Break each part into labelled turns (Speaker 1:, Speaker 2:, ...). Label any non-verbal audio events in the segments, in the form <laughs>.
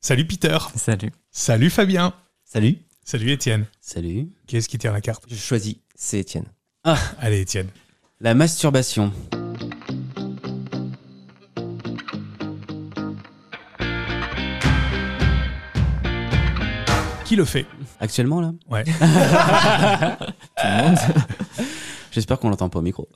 Speaker 1: Salut Peter.
Speaker 2: Salut.
Speaker 1: Salut Fabien.
Speaker 3: Salut.
Speaker 1: Salut Étienne.
Speaker 3: Salut.
Speaker 1: Qui est-ce qui tire la carte
Speaker 3: Je choisis, c'est Étienne.
Speaker 1: Allez Étienne.
Speaker 3: La masturbation.
Speaker 1: Qui le fait
Speaker 3: Actuellement, là
Speaker 1: Ouais.
Speaker 3: J'espère qu'on l'entend pas au
Speaker 4: <laughs>
Speaker 3: micro.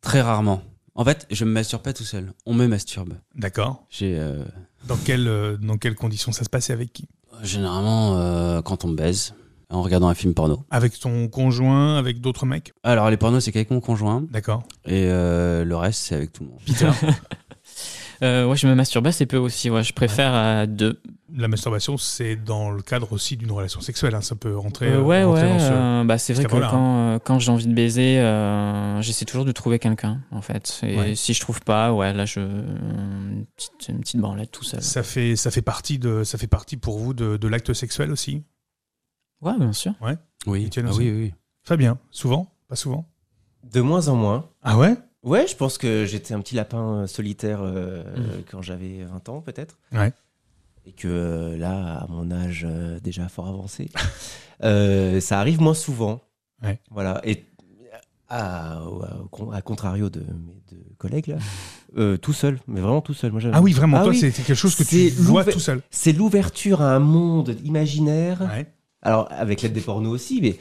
Speaker 3: Très rarement. En fait, je me masturbe pas tout seul. On me masturbe.
Speaker 1: <laughs> D'accord.
Speaker 3: J'ai. euh,
Speaker 1: Dans, quelle, euh, dans quelles conditions ça se passe et avec qui
Speaker 3: généralement, euh, quand on baise, en regardant un film porno.
Speaker 1: Avec ton conjoint, avec d'autres mecs
Speaker 3: Alors, les pornos, c'est qu'avec mon conjoint.
Speaker 1: D'accord.
Speaker 3: Et euh, le reste, c'est avec tout le monde.
Speaker 1: Peter,
Speaker 2: Euh, ouais, je me masturbe assez peu aussi. Ouais, je préfère à deux.
Speaker 1: la masturbation, c'est dans le cadre aussi d'une relation sexuelle. hein. Ça peut rentrer,
Speaker 2: Euh,
Speaker 1: euh,
Speaker 2: ouais, ouais.
Speaker 1: rentrer dans ce-
Speaker 2: euh, bah, c'est
Speaker 1: ce
Speaker 2: vrai que
Speaker 1: cadre-là,
Speaker 2: quand, euh, quand j'ai envie de baiser, euh, j'essaie toujours de trouver quelqu'un, en fait. Et
Speaker 1: Ouais.
Speaker 2: si je trouve pas, ouais, là, je. euh, Une petite, une petite branlette tout seul.
Speaker 1: Ça fait, ça, fait partie de, ça fait partie pour vous de, de l'acte sexuel aussi
Speaker 2: Ouais, bien sûr.
Speaker 3: Oui.
Speaker 1: Étienne
Speaker 3: Ah
Speaker 1: aussi.
Speaker 3: oui, oui.
Speaker 1: Fabien, souvent Pas souvent
Speaker 4: De moins en moins.
Speaker 1: Ah ouais
Speaker 4: Ouais, je pense que j'étais un petit lapin euh, solitaire euh,
Speaker 2: Mhm.
Speaker 4: quand j'avais 20 ans, peut-être.
Speaker 1: Ouais.
Speaker 4: Et que euh, là, à mon âge euh, déjà fort avancé, <laughs> euh, ça arrive moins souvent.
Speaker 1: Ouais.
Speaker 4: Voilà. Et euh, à, au- à- au con- à contrario de mes deux collègues, là, euh, tout seul, mais vraiment tout seul. Moi, j'avais-
Speaker 1: Ah oui, vraiment,
Speaker 4: Ah
Speaker 1: toi,
Speaker 4: oui.
Speaker 1: c'est quelque chose que tu
Speaker 4: C'est
Speaker 1: vois
Speaker 4: l'ouver-
Speaker 1: tout seul.
Speaker 4: C'est l'ouverture à un monde imaginaire.
Speaker 1: Ouais.
Speaker 4: Alors, avec l'aide des pornos aussi, mais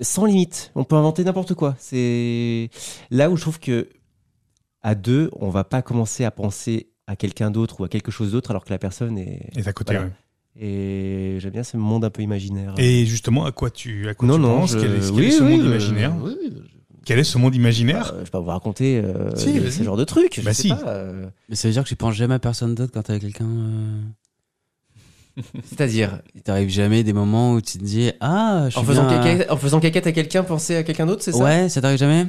Speaker 4: sans limite. On peut inventer n'importe quoi. C'est là où je trouve que, à deux, on va pas commencer à penser à quelqu'un d'autre ou à quelque chose d'autre alors que la personne est.
Speaker 1: Et à côté,
Speaker 4: Voilà.
Speaker 1: ouais.
Speaker 4: Et j'aime bien ce monde un peu imaginaire.
Speaker 1: Et justement, à quoi tu, à quoi
Speaker 4: non,
Speaker 1: tu
Speaker 4: non,
Speaker 1: penses
Speaker 4: je...
Speaker 1: Quel est, quel
Speaker 4: oui,
Speaker 1: est ce
Speaker 4: oui,
Speaker 1: monde
Speaker 4: euh,
Speaker 1: imaginaire
Speaker 4: oui, oui, je-
Speaker 1: Quel est ce monde imaginaire
Speaker 4: euh, je vais pas vous raconter euh,
Speaker 1: Si,
Speaker 4: les-
Speaker 1: vas-y.
Speaker 4: ce genre de trucs. Je
Speaker 1: Bah
Speaker 4: sais
Speaker 1: si.
Speaker 4: pas, euh.
Speaker 3: Mais ça veut dire que tu penses jamais à personne d'autre quand t'es avec quelqu'un. euh, C'est-à-dire, il t'arrive jamais des moments où tu te dis Ah, je suis
Speaker 4: En faisant,
Speaker 3: bien à-
Speaker 4: caca- en faisant caquette à quelqu'un, penser à quelqu'un d'autre, c'est ça
Speaker 3: Ouais, ça t'arrive jamais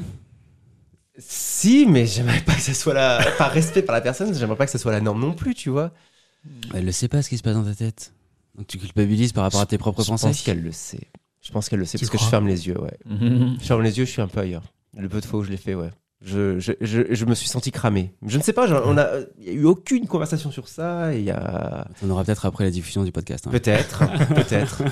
Speaker 4: Si, mais j'aimerais pas que ça soit la. <laughs> Par respect par la personne, j'aimerais pas que ça soit la norme non plus, tu vois.
Speaker 3: Elle ne sait pas ce qui se passe dans ta tête. Donc tu culpabilises par rapport à tes propres
Speaker 4: je
Speaker 3: pensées.
Speaker 4: pense qu'elle le sait. Je pense qu'elle le sait
Speaker 1: Tu
Speaker 4: parce que
Speaker 1: crois
Speaker 4: je ferme les yeux, ouais. Je ferme les yeux, je suis un peu ailleurs. Le peu de fois où je l'ai fait, ouais. Je, je, je, je me suis senti cramé. Je ne sais pas, genre, on a, il y a eu aucune conversation sur ça. Il y a
Speaker 3: On aura peut-être après la diffusion du podcast. hein.
Speaker 4: peut-être, peut-être.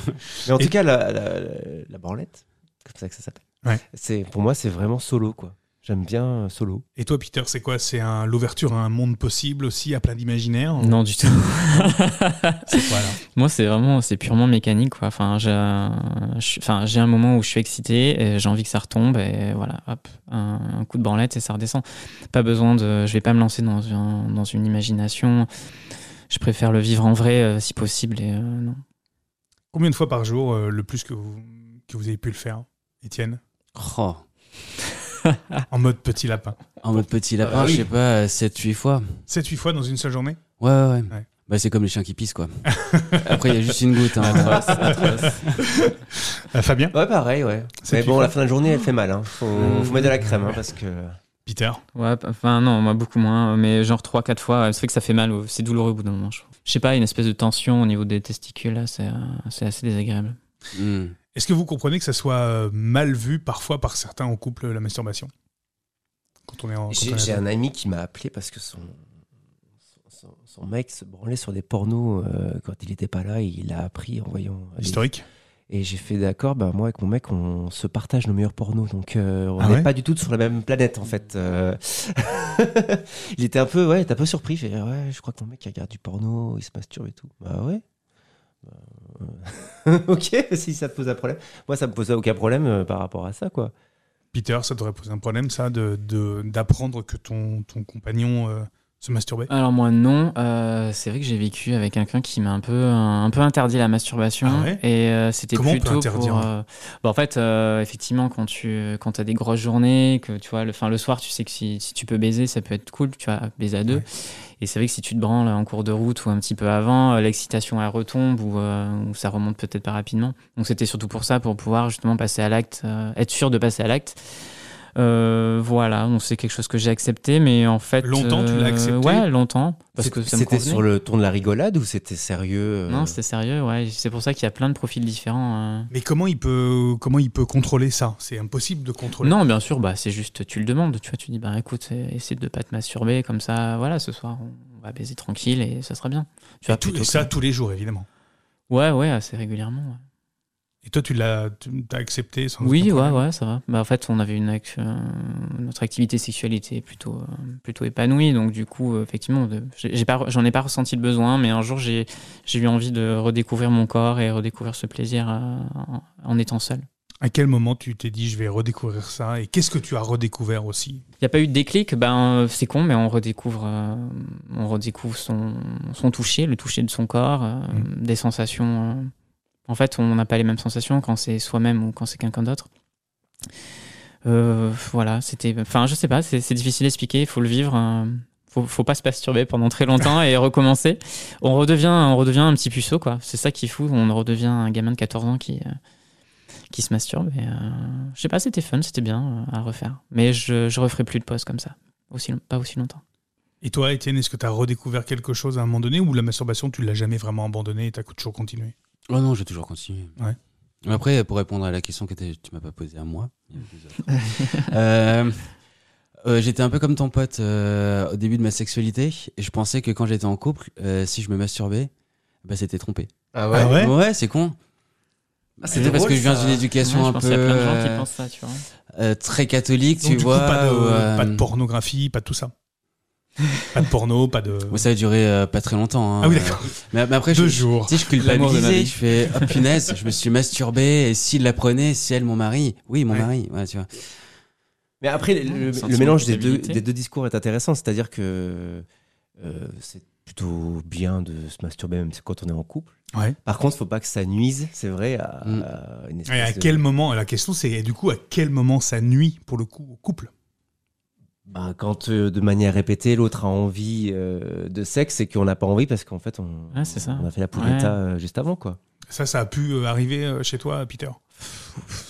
Speaker 4: Mais en
Speaker 1: Et-
Speaker 4: tout cas, la, la, la, la branlette, comme ça que ça s'appelle.
Speaker 1: Ouais.
Speaker 4: C'est pour moi, c'est vraiment solo, quoi. J'aime bien euh, solo.
Speaker 1: Et toi, Peter, c'est quoi C'est un- l'ouverture à un monde possible aussi, à plein d'imaginaires
Speaker 2: <laughs> Non, du tout.
Speaker 1: C'est quoi, là
Speaker 2: Moi, c'est vraiment, c'est purement mécanique, quoi. Enfin, j'ai, un- je suis- enfin, j'ai un moment où je suis excité, et j'ai envie que ça retombe, et voilà, hop, un, un coup de branlette et ça redescend. Pas besoin de, je vais pas me lancer dans, un- dans une imagination. Je préfère le vivre en vrai, euh, si possible. Et euh, non.
Speaker 1: Combien de fois par jour, euh, le plus que vous, que vous avez pu le faire, Étienne
Speaker 3: Oh,
Speaker 1: En mode petit lapin.
Speaker 3: en mode petit lapin,
Speaker 4: Ah oui.
Speaker 3: je sais pas, 7-8 fois.
Speaker 1: 7-8 fois dans une seule journée
Speaker 3: Ouais, ouais, ouais.
Speaker 1: Ouais.
Speaker 3: Bah, c'est comme les chiens qui pissent, quoi.
Speaker 4: <laughs>
Speaker 3: Après, il y a juste une goutte. hein.
Speaker 1: Euh, Fabien
Speaker 4: Ouais, pareil, ouais.
Speaker 1: C'est
Speaker 4: Mais
Speaker 1: tu
Speaker 4: bon,
Speaker 1: fais
Speaker 4: la fin de la journée, elle fait mal. Hein. Faut,
Speaker 1: Euh,
Speaker 2: Mmh.
Speaker 4: faut mettre de la crème, hein, parce que.
Speaker 1: Peter
Speaker 2: Ouais, p- enfin non, moi beaucoup moins, mais genre 3-4 fois, ouais, ça fait que ça fait mal, ouais, c'est douloureux au bout d'un moment, je trouve. Je sais pas, une espèce de tension au niveau des testicules, là, c'est, euh, c'est assez désagréable.
Speaker 3: Hmm.
Speaker 1: Est-ce que vous comprenez que ça soit euh, mal vu parfois par certains en couple, la masturbation Quand on est en. quand on
Speaker 4: J'ai
Speaker 1: est
Speaker 4: j'ai
Speaker 1: ado.
Speaker 4: un ami qui m'a appelé parce que son, son, son- son mec se branlait sur des pornos euh, quand il n'était pas là. et il a appris en voyant. les-
Speaker 1: Historique
Speaker 4: Et j'ai fait d'accord, bah, moi avec mon mec, on se partage nos meilleurs pornos. Donc euh, on
Speaker 1: Ah
Speaker 4: n'est
Speaker 1: ouais
Speaker 4: pas du tout sur la même planète en fait. euh. <laughs> il était un peu, ouais, t'es un peu surpris. J'ai dit, ouais, je crois que mon mec il regarde du porno, il se masturbe et tout. Bah ouais. Bah, euh, <laughs> ok, si ça te pose un problème. Moi, ça me posait aucun problème euh, par rapport à ça, quoi.
Speaker 1: Peter, ça devrait poser un problème, ça, de- de- d'apprendre que ton, ton compagnon euh, se masturbait
Speaker 2: Alors moi non, Euh, c'est vrai que j'ai vécu avec quelqu'un qui m'a un peu un, un peu interdit la masturbation
Speaker 1: Ah ouais
Speaker 2: et euh, c'était
Speaker 1: Comment on peut
Speaker 2: plutôt
Speaker 1: interdire hein
Speaker 2: pour euh, bah, en fait euh, effectivement quand tu quand t'as des grosses journées que tu vois le fin le soir tu sais que si, si tu peux baiser ça peut être cool tu vois baiser à deux
Speaker 1: Ouais.
Speaker 2: et c'est vrai que si tu te branles en cours de route ou un petit peu avant euh, l'excitation elle retombe ou, euh, ou ça remonte peut-être pas rapidement donc c'était surtout pour ça pour pouvoir justement passer à l'acte euh, être sûr de passer à l'acte Euh, voilà, donc c'est quelque chose que j'ai accepté, mais en fait. euh,
Speaker 1: Longtemps, tu l'as accepté
Speaker 2: Ouais, longtemps. Parce
Speaker 4: C'est-
Speaker 2: que ça me
Speaker 4: c'était
Speaker 2: convenait.
Speaker 4: sur le ton de la rigolade ou c'était sérieux euh,
Speaker 2: Non, c'était sérieux, ouais. C'est pour ça qu'il y a plein de profils différents. euh.
Speaker 1: Mais comment il peut, comment il peut contrôler ça C'est impossible de contrôler.
Speaker 2: Non, bien sûr, bah, c'est juste, tu le demandes. Tu vois, tu dis, bah écoute, euh, essaie de pas te masturber comme ça. Voilà, ce soir, on on va baiser tranquille et ça sera bien.
Speaker 1: Et
Speaker 2: Tu vois,
Speaker 1: tout-
Speaker 2: plutôt
Speaker 1: et ça
Speaker 2: que-
Speaker 1: tous les jours, évidemment.
Speaker 2: Ouais, ouais, assez régulièrement. ouais.
Speaker 1: Et toi, tu l'as tu- t'as accepté
Speaker 4: Ah,
Speaker 1: sans
Speaker 2: Oui,
Speaker 1: aucun
Speaker 2: ouais,
Speaker 1: problème.
Speaker 2: ouais, ça va. Bah, en fait, on avait une ac- euh, notre activité sexuelle était plutôt, euh, plutôt épanouie, donc du coup, euh, effectivement, de- j'ai j'ai pas re- j'en ai pas ressenti le besoin, mais un jour, j'ai j'ai eu envie de redécouvrir mon corps et redécouvrir ce plaisir euh, en, en étant seul.
Speaker 1: À quel moment tu t'es dit, je vais redécouvrir ça Et qu'est-ce que tu as redécouvert aussi
Speaker 2: Il n'y a pas eu de déclic, ben, euh, c'est con, mais on redécouvre, euh, on redécouvre son, son toucher, le toucher de son corps, euh,
Speaker 1: Mm.
Speaker 2: des sensations. euh. en fait, on n'a pas les mêmes sensations quand c'est soi-même ou quand c'est quelqu'un d'autre. Euh, voilà, c'était. Enfin, je sais pas, c'est c'est difficile à expliquer, il faut le vivre. euh, faut, faut pas se masturber pendant très longtemps et recommencer. On redevient, on redevient un petit puceau, quoi. C'est ça qui est fou, on redevient un gamin de 14 ans qui. euh, qui se masturbe. Et, euh, je sais pas, c'était fun, c'était bien euh, à refaire. Mais je, je referai plus de pause comme ça. Aussi, long- pas aussi longtemps.
Speaker 1: Et toi, Étienne, est-ce que tu as redécouvert quelque chose à un moment donné ou la masturbation, tu l'as jamais vraiment abandonnée et tu as toujours continué
Speaker 3: Oh non, j'ai toujours continué.
Speaker 1: Ouais.
Speaker 3: Mais après, pour répondre à la question que t'as- tu m'as pas posée à moi, il y en a deux autres.
Speaker 4: <laughs>
Speaker 3: Euh, euh, j'étais un peu comme ton pote euh, au début de ma sexualité. Et je pensais que quand j'étais en couple, euh, si je me masturbais, bah, c'était trompé.
Speaker 4: Ah
Speaker 1: ouais. Ah
Speaker 3: Ouais, c'est con. Ah, C'était parce
Speaker 4: drôle,
Speaker 3: que je viens
Speaker 4: ça.
Speaker 3: d'une éducation
Speaker 2: Ouais, je
Speaker 3: un
Speaker 2: pense
Speaker 3: peu
Speaker 2: qu'il y a plein de gens qui
Speaker 3: euh,
Speaker 2: pensent ça, tu vois.
Speaker 3: euh, très catholique,
Speaker 1: Donc,
Speaker 3: tu
Speaker 1: du
Speaker 3: vois.
Speaker 1: coup, pas de,
Speaker 3: ou, euh,
Speaker 1: pas de pornographie, pas de tout ça. pas de porno, pas de.
Speaker 3: moi, ça a duré euh, pas très longtemps. hein.
Speaker 1: Ah oui, d'accord.
Speaker 3: Mais, mais après, je,
Speaker 1: Deux jours.
Speaker 3: tu sais, je
Speaker 2: L'amour de ma
Speaker 3: culpabilisais.
Speaker 2: vie.
Speaker 3: Je fais, oh punaise, je me suis masturbé. Et s'il la prenait, si elle, mon mari. Oui, mon
Speaker 1: Ouais.
Speaker 3: mari. Ouais, tu vois.
Speaker 4: Mais après, le,
Speaker 2: Non,
Speaker 4: le-
Speaker 2: le
Speaker 4: le
Speaker 2: Ah, sentiment
Speaker 4: mélange
Speaker 2: de
Speaker 4: des deux,
Speaker 2: culpabilité.
Speaker 4: des deux discours est intéressant. C'est-à-dire que euh, c'est plutôt bien de se masturber, même quand on est en couple.
Speaker 1: Ouais.
Speaker 4: Par contre, faut pas que ça nuise, c'est vrai, à,
Speaker 3: Mm.
Speaker 4: à une espèce
Speaker 1: Et à
Speaker 4: de-
Speaker 1: quel moment La question, c'est et du coup, à quel moment ça nuit pour le coup au couple
Speaker 4: Bah, quand euh, de manière répétée, l'autre a envie euh, de sexe et qu'on n'a pas envie parce qu'en fait, on,
Speaker 2: Ouais, c'est ça.
Speaker 4: on a fait la
Speaker 2: Ouais.
Speaker 4: pouletta euh, juste avant, quoi.
Speaker 1: Ça, ça a pu euh, arriver euh, chez toi, Peter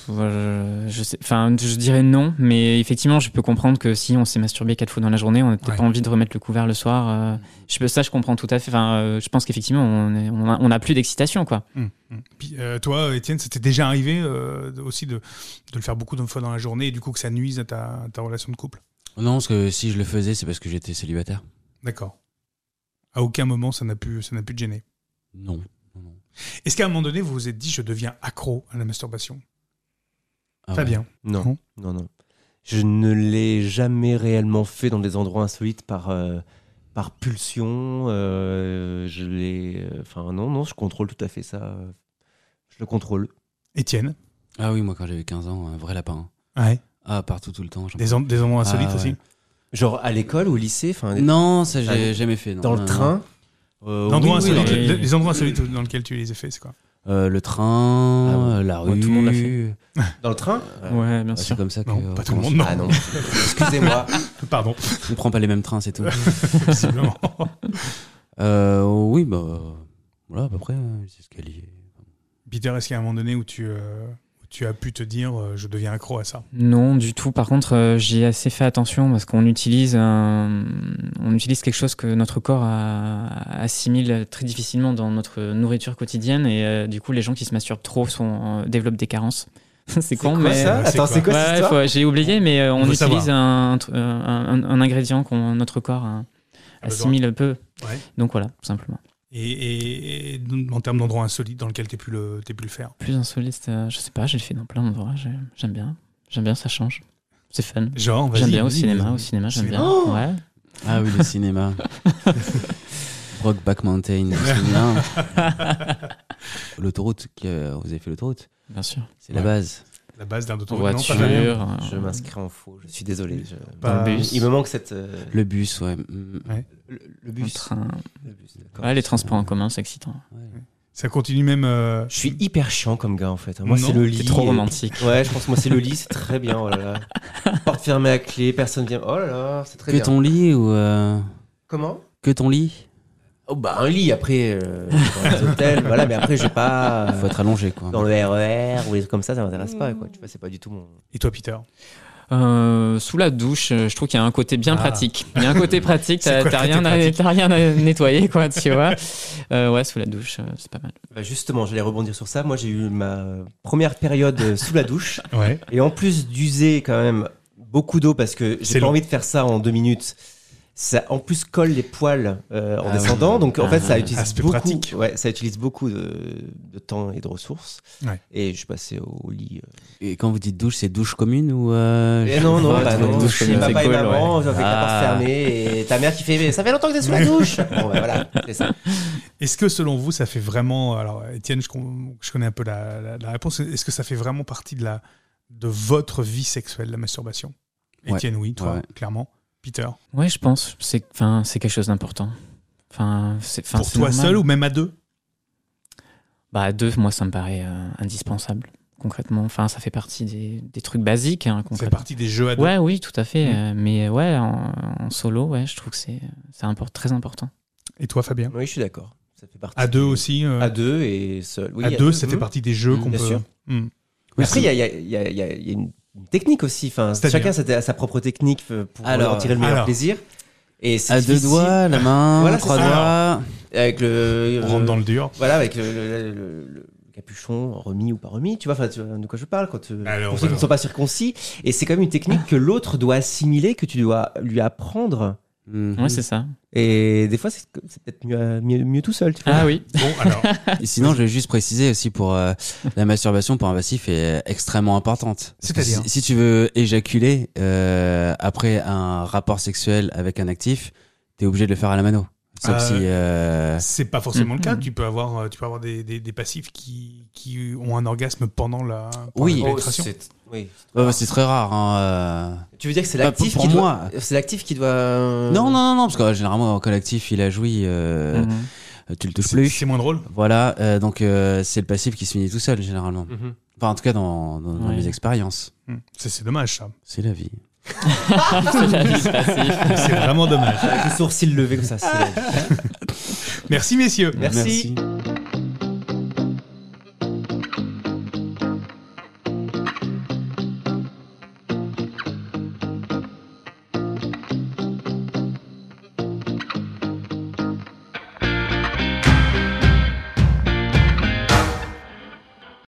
Speaker 2: Voilà, je, je sais, enfin, je dirais non, mais effectivement, je peux comprendre que si on s'est masturbé quatre fois dans la journée, on n'a peut-être
Speaker 1: Ouais.
Speaker 2: pas envie de remettre le couvert le soir. euh, je peux, ça, je comprends tout à fait. Enfin, euh, je pense qu'effectivement, on, est- on a, on a plus d'excitation, quoi.
Speaker 1: Hum, hum. Puis, euh, toi, Étienne, c'était déjà arrivé euh, de- aussi de, de le faire beaucoup de fois dans la journée et du coup que ça nuise à ta, ta relation de couple.
Speaker 3: Non, parce que si je le faisais, c'est parce que j'étais célibataire.
Speaker 1: D'accord. À aucun moment ça n'a pu ça n'a pu te gêner.
Speaker 3: Non. non, non.
Speaker 1: Est-ce qu'à un moment donné vous vous êtes dit je deviens accro à la masturbation
Speaker 3: Ah ouais.
Speaker 1: Fabien.
Speaker 4: Non,
Speaker 1: Non.
Speaker 4: non, non. Je ne l'ai jamais réellement fait dans des endroits insolites par, euh, par pulsion. euh, je l'ai. euh, Enfin, non, non, je contrôle tout à fait ça. euh, Je le contrôle.
Speaker 1: Étienne.
Speaker 3: Ah oui, moi, quand j'avais 15 ans, un vrai lapin.
Speaker 1: Ouais.
Speaker 3: Ah, partout, tout le temps. j'en
Speaker 1: Des en- des moments
Speaker 3: Ah,
Speaker 1: insolites
Speaker 3: ouais.
Speaker 1: aussi.
Speaker 4: Genre à l'école ou au lycée, enfin,
Speaker 3: parlais. Non, ça,
Speaker 4: Ah,
Speaker 3: j'ai
Speaker 4: oui.
Speaker 3: jamais fait. non.
Speaker 4: dans
Speaker 3: Non,
Speaker 4: le
Speaker 3: non.
Speaker 4: train. euh,
Speaker 1: L'endroit
Speaker 3: oui, oui,
Speaker 1: insolite-
Speaker 3: oui.
Speaker 1: les, les endroits insolites dans lesquels tu les as fait, c'est quoi
Speaker 3: Euh, le train,
Speaker 4: Ah bon.
Speaker 3: euh, la
Speaker 4: Ouais,
Speaker 3: rue.
Speaker 4: tout le monde l'a fait. Dans le train Euh,
Speaker 2: Ouais, bien
Speaker 3: Ah, c'est
Speaker 2: sûr.
Speaker 3: comme ça que.
Speaker 1: Non, pas
Speaker 3: on
Speaker 1: tout le
Speaker 3: commence-
Speaker 1: monde, non.
Speaker 4: Ah non, excusez-moi.
Speaker 1: <laughs> Pardon,
Speaker 3: On prend pas les mêmes trains, c'est
Speaker 4: <laughs>
Speaker 3: tout.
Speaker 1: visiblement.
Speaker 3: Euh, oui, bah. euh, Voilà, à peu près, euh, les escaliers.
Speaker 1: Peter, est-ce qu'il y a un moment donné où tu, euh, où tu as pu te dire euh, je deviens accro à ça
Speaker 2: Non, du tout. Par contre, euh, j'ai assez fait attention parce qu'on utilise, un- on utilise quelque chose que notre corps a- assimile très difficilement dans notre nourriture quotidienne. Et euh, du coup, les gens qui se masturbent trop sont, euh, développent des carences. <laughs> c'est con,
Speaker 4: quoi,
Speaker 2: mais.
Speaker 4: ça
Speaker 1: Ouais, c'est
Speaker 4: Attends, c'est quoi,
Speaker 2: Ouais,
Speaker 4: cette histoire
Speaker 2: faut- j'ai oublié, mais euh, on,
Speaker 1: On veut
Speaker 2: utilise
Speaker 1: savoir.
Speaker 2: un, tr- euh, un- un ingrédient qu'on notre corps euh,
Speaker 1: Ah, besoin.
Speaker 2: assimile peu.
Speaker 1: Ouais.
Speaker 2: Donc voilà, tout simplement.
Speaker 1: Et, et- et en termes d'endroits insolites dans lesquels tu as pu le t'aies pu le faire
Speaker 2: Plus insolite, euh, je sais pas, j'ai le fait dans plein d'endroits. j'ai- J'aime bien. J'aime bien, ça change. C'est fun.
Speaker 1: Genre, vas-y,
Speaker 2: J'aime bien au
Speaker 1: dis-
Speaker 2: cinéma, au cinéma, j'aime bien. Ouais.
Speaker 3: Ah <laughs> oui, le cinéma. Rock Back Mountain, je me souviens.
Speaker 4: <laughs>
Speaker 3: L'autoroute, qui, euh, vous avez fait l'autoroute
Speaker 2: Bien sûr.
Speaker 3: C'est la
Speaker 1: Ouais.
Speaker 3: base.
Speaker 1: La base d'un auto
Speaker 2: En
Speaker 1: non,
Speaker 2: voiture.
Speaker 1: pas vraiment.
Speaker 2: euh,
Speaker 4: Je m'inscris en faux, je suis désolé. je-
Speaker 1: Pas-
Speaker 2: le bus.
Speaker 4: Il me manque cette. euh,
Speaker 3: Le bus, ouais. Mm.
Speaker 1: Ouais.
Speaker 4: le, le
Speaker 2: en
Speaker 4: bus.
Speaker 2: train.
Speaker 4: Le bus, d'accord.
Speaker 2: Ouais, les transports en commun, c'est excitant.
Speaker 3: Ouais.
Speaker 1: Ça continue même. euh,
Speaker 4: Je suis hyper chiant comme gars en fait. Moi,
Speaker 1: Non,
Speaker 4: c'est le lit.
Speaker 2: C'est trop
Speaker 4: et-
Speaker 2: romantique.
Speaker 4: Ouais, je pense que moi, c'est le lit, c'est très bien. Oh là là. Porte fermée à clé, personne vient. Oh là là, c'est très
Speaker 3: Que
Speaker 4: bien.
Speaker 3: ton lit ou. euh,
Speaker 4: Comment
Speaker 3: Que ton lit
Speaker 4: Oh bah, un lit après, euh, dans les hôtels, voilà, mais après, j'ai pas. euh,
Speaker 3: Faut être allongé, quoi.
Speaker 4: Dans le RER ou des trucs comme ça, ça m'intéresse pas, quoi. Tu vois, c'est pas du tout mon.
Speaker 1: Et toi, Peter
Speaker 2: Euh, sous la douche, euh, je trouve qu'il y a un côté bien
Speaker 1: Ah.
Speaker 2: pratique. Il y a un
Speaker 1: <laughs>
Speaker 2: côté pratique,
Speaker 1: C'est
Speaker 2: t'as
Speaker 1: quoi le
Speaker 2: t'as
Speaker 1: côté
Speaker 2: rien, à-
Speaker 1: pratique
Speaker 2: t'as rien à nettoyer, quoi, tu vois. Euh, ouais, sous la douche, euh, c'est pas mal.
Speaker 4: Bah, justement, j'allais rebondir sur ça. Moi, j'ai eu ma première période euh, sous la douche.
Speaker 1: Ouais.
Speaker 4: Et en plus d'user quand même beaucoup d'eau, parce que
Speaker 1: C'est
Speaker 4: j'ai pas
Speaker 1: long.
Speaker 4: envie de faire ça en deux minutes. ça en plus colle les poils euh, en
Speaker 3: Ah
Speaker 4: descendant.
Speaker 3: oui.
Speaker 4: Donc en
Speaker 3: Ah,
Speaker 4: fait, ça
Speaker 3: ah,
Speaker 4: utilise
Speaker 1: aspect
Speaker 4: beaucoup,
Speaker 1: pratique.
Speaker 4: ouais, ça utilise beaucoup de, de temps et de ressources.
Speaker 1: Ouais.
Speaker 4: Et je suis passé au lit. euh.
Speaker 3: Et quand vous dites douche, c'est douche commune ou. euh,
Speaker 4: Eh
Speaker 3: je
Speaker 4: non, non,
Speaker 3: comprends pas
Speaker 4: bah
Speaker 3: trop.
Speaker 4: non,
Speaker 2: douche,
Speaker 4: chez
Speaker 2: c'est
Speaker 4: papa
Speaker 2: cool,
Speaker 4: et maman,
Speaker 2: ouais.
Speaker 4: avec la porte
Speaker 3: Ah.
Speaker 4: fermée et ta mère qui fait mais ça fait longtemps que t'es sous la douche. Bon bah voilà,
Speaker 1: <laughs>
Speaker 4: c'est ça.
Speaker 1: Est-ce que selon vous, ça fait vraiment. Alors, Étienne, je, con- je connais un peu la, la- la réponse. Est-ce que ça fait vraiment partie de, la, de votre vie sexuelle, la masturbation
Speaker 3: Ouais.
Speaker 1: Étienne, oui, toi,
Speaker 3: Ouais, ouais.
Speaker 1: clairement. Peter,
Speaker 2: Ouais, je pense. C'est, enfin, c'est quelque chose d'important. Enfin, c'est, enfin,
Speaker 1: pour
Speaker 2: c'est
Speaker 1: toi
Speaker 2: normal.
Speaker 1: seul ou même à deux
Speaker 2: Bah, à deux, moi, ça me paraît euh, indispensable, concrètement. Enfin, ça fait partie des, des trucs basiques, hein,
Speaker 1: C'est
Speaker 2: concrètement.
Speaker 1: partie des jeux à deux.
Speaker 2: Ouais, oui, tout à fait.
Speaker 1: Mm.
Speaker 2: euh, mais euh, ouais, en, en solo, ouais, je trouve que c'est, c'est import- très important.
Speaker 1: Et toi, Fabien
Speaker 4: Oui, je suis d'accord. Ça fait partie.
Speaker 1: À deux
Speaker 4: des-
Speaker 1: aussi euh,
Speaker 4: À deux et seul. Ah, Oui,
Speaker 1: à deux, ça fait
Speaker 4: Mhm.
Speaker 1: partie des jeux
Speaker 3: Mhm.
Speaker 1: qu'on peut.
Speaker 4: Bien sûr.
Speaker 1: Hmm.
Speaker 3: Oui, c'est-
Speaker 4: Après, il y a, il y a- il y a- il y a- il y a une une technique aussi. Enfin,
Speaker 1: C'est-à-dire
Speaker 4: chacun a sa propre technique euh, pour
Speaker 3: Alors,
Speaker 4: en tirer le meilleur
Speaker 1: alors.
Speaker 4: plaisir. Et c'est
Speaker 3: à deux
Speaker 4: difficile
Speaker 3: doigts, la main,
Speaker 4: Voilà, c'est
Speaker 3: trois
Speaker 1: ça.
Speaker 3: doigts.
Speaker 4: Avec le. euh,
Speaker 1: On rentre dans le dur.
Speaker 4: Voilà, avec le, le- le- le capuchon remis ou pas remis. Tu vois, enfin, tu vois de quoi je parle quand. euh,
Speaker 1: Alors,
Speaker 4: pour ceux qui ne
Speaker 1: alors.
Speaker 4: sont pas circoncis. Et c'est quand même une technique que l'autre doit assimiler, que tu dois lui apprendre.
Speaker 3: Mhm.
Speaker 2: Ouais, c'est ça.
Speaker 4: Et des fois, c'est c'est peut-être mieux, euh, mieux, mieux tout seul. Tu vois.
Speaker 2: Ah oui.
Speaker 1: Bon, alors,
Speaker 3: Et sinon, je vais juste préciser aussi pour euh, la masturbation pour un passif est extrêmement importante. Parce que
Speaker 1: C'est-à-dire
Speaker 3: si, si tu veux éjaculer euh, après un rapport sexuel avec un actif, t'es obligé de le faire à la mano. Sauf
Speaker 1: Euh,
Speaker 3: si euh,
Speaker 1: c'est pas forcément le cas.
Speaker 2: Mhm.
Speaker 1: Tu peux avoir, euh, tu peux avoir des, des- des passifs qui, qui ont un orgasme pendant la, pendant
Speaker 3: Oui.
Speaker 1: la
Speaker 4: Oh,
Speaker 1: pénétration.
Speaker 4: c'est- oui. Ah,
Speaker 3: ouais, ouais, c'est très rare. hein, euh.
Speaker 4: Tu veux dire que c'est
Speaker 3: Bah,
Speaker 4: l'actif
Speaker 3: pour-
Speaker 4: qui
Speaker 3: pour
Speaker 4: doit.
Speaker 3: moi.
Speaker 4: C'est l'actif qui doit. euh,
Speaker 3: Non, non, non, non, parce que euh, généralement quand l'actif il a joui, euh,
Speaker 2: Mhm.
Speaker 3: tu le touches
Speaker 1: Mm. C'est-
Speaker 3: plus.
Speaker 1: C'est moins drôle.
Speaker 3: Voilà, euh, donc euh, c'est le passif qui se finit tout seul généralement.
Speaker 4: Mhm.
Speaker 3: Enfin, en tout cas dans, dans, dans
Speaker 2: Ouais.
Speaker 3: mes expériences.
Speaker 1: Hmm. C'est c'est dommage, ça.
Speaker 3: C'est la vie.
Speaker 2: Ah,
Speaker 1: C'est vraiment dommage.
Speaker 3: Ah.
Speaker 4: Avec le sourcil levé comme ça. c'est-
Speaker 1: Merci, messieurs.
Speaker 4: Merci.
Speaker 3: Merci.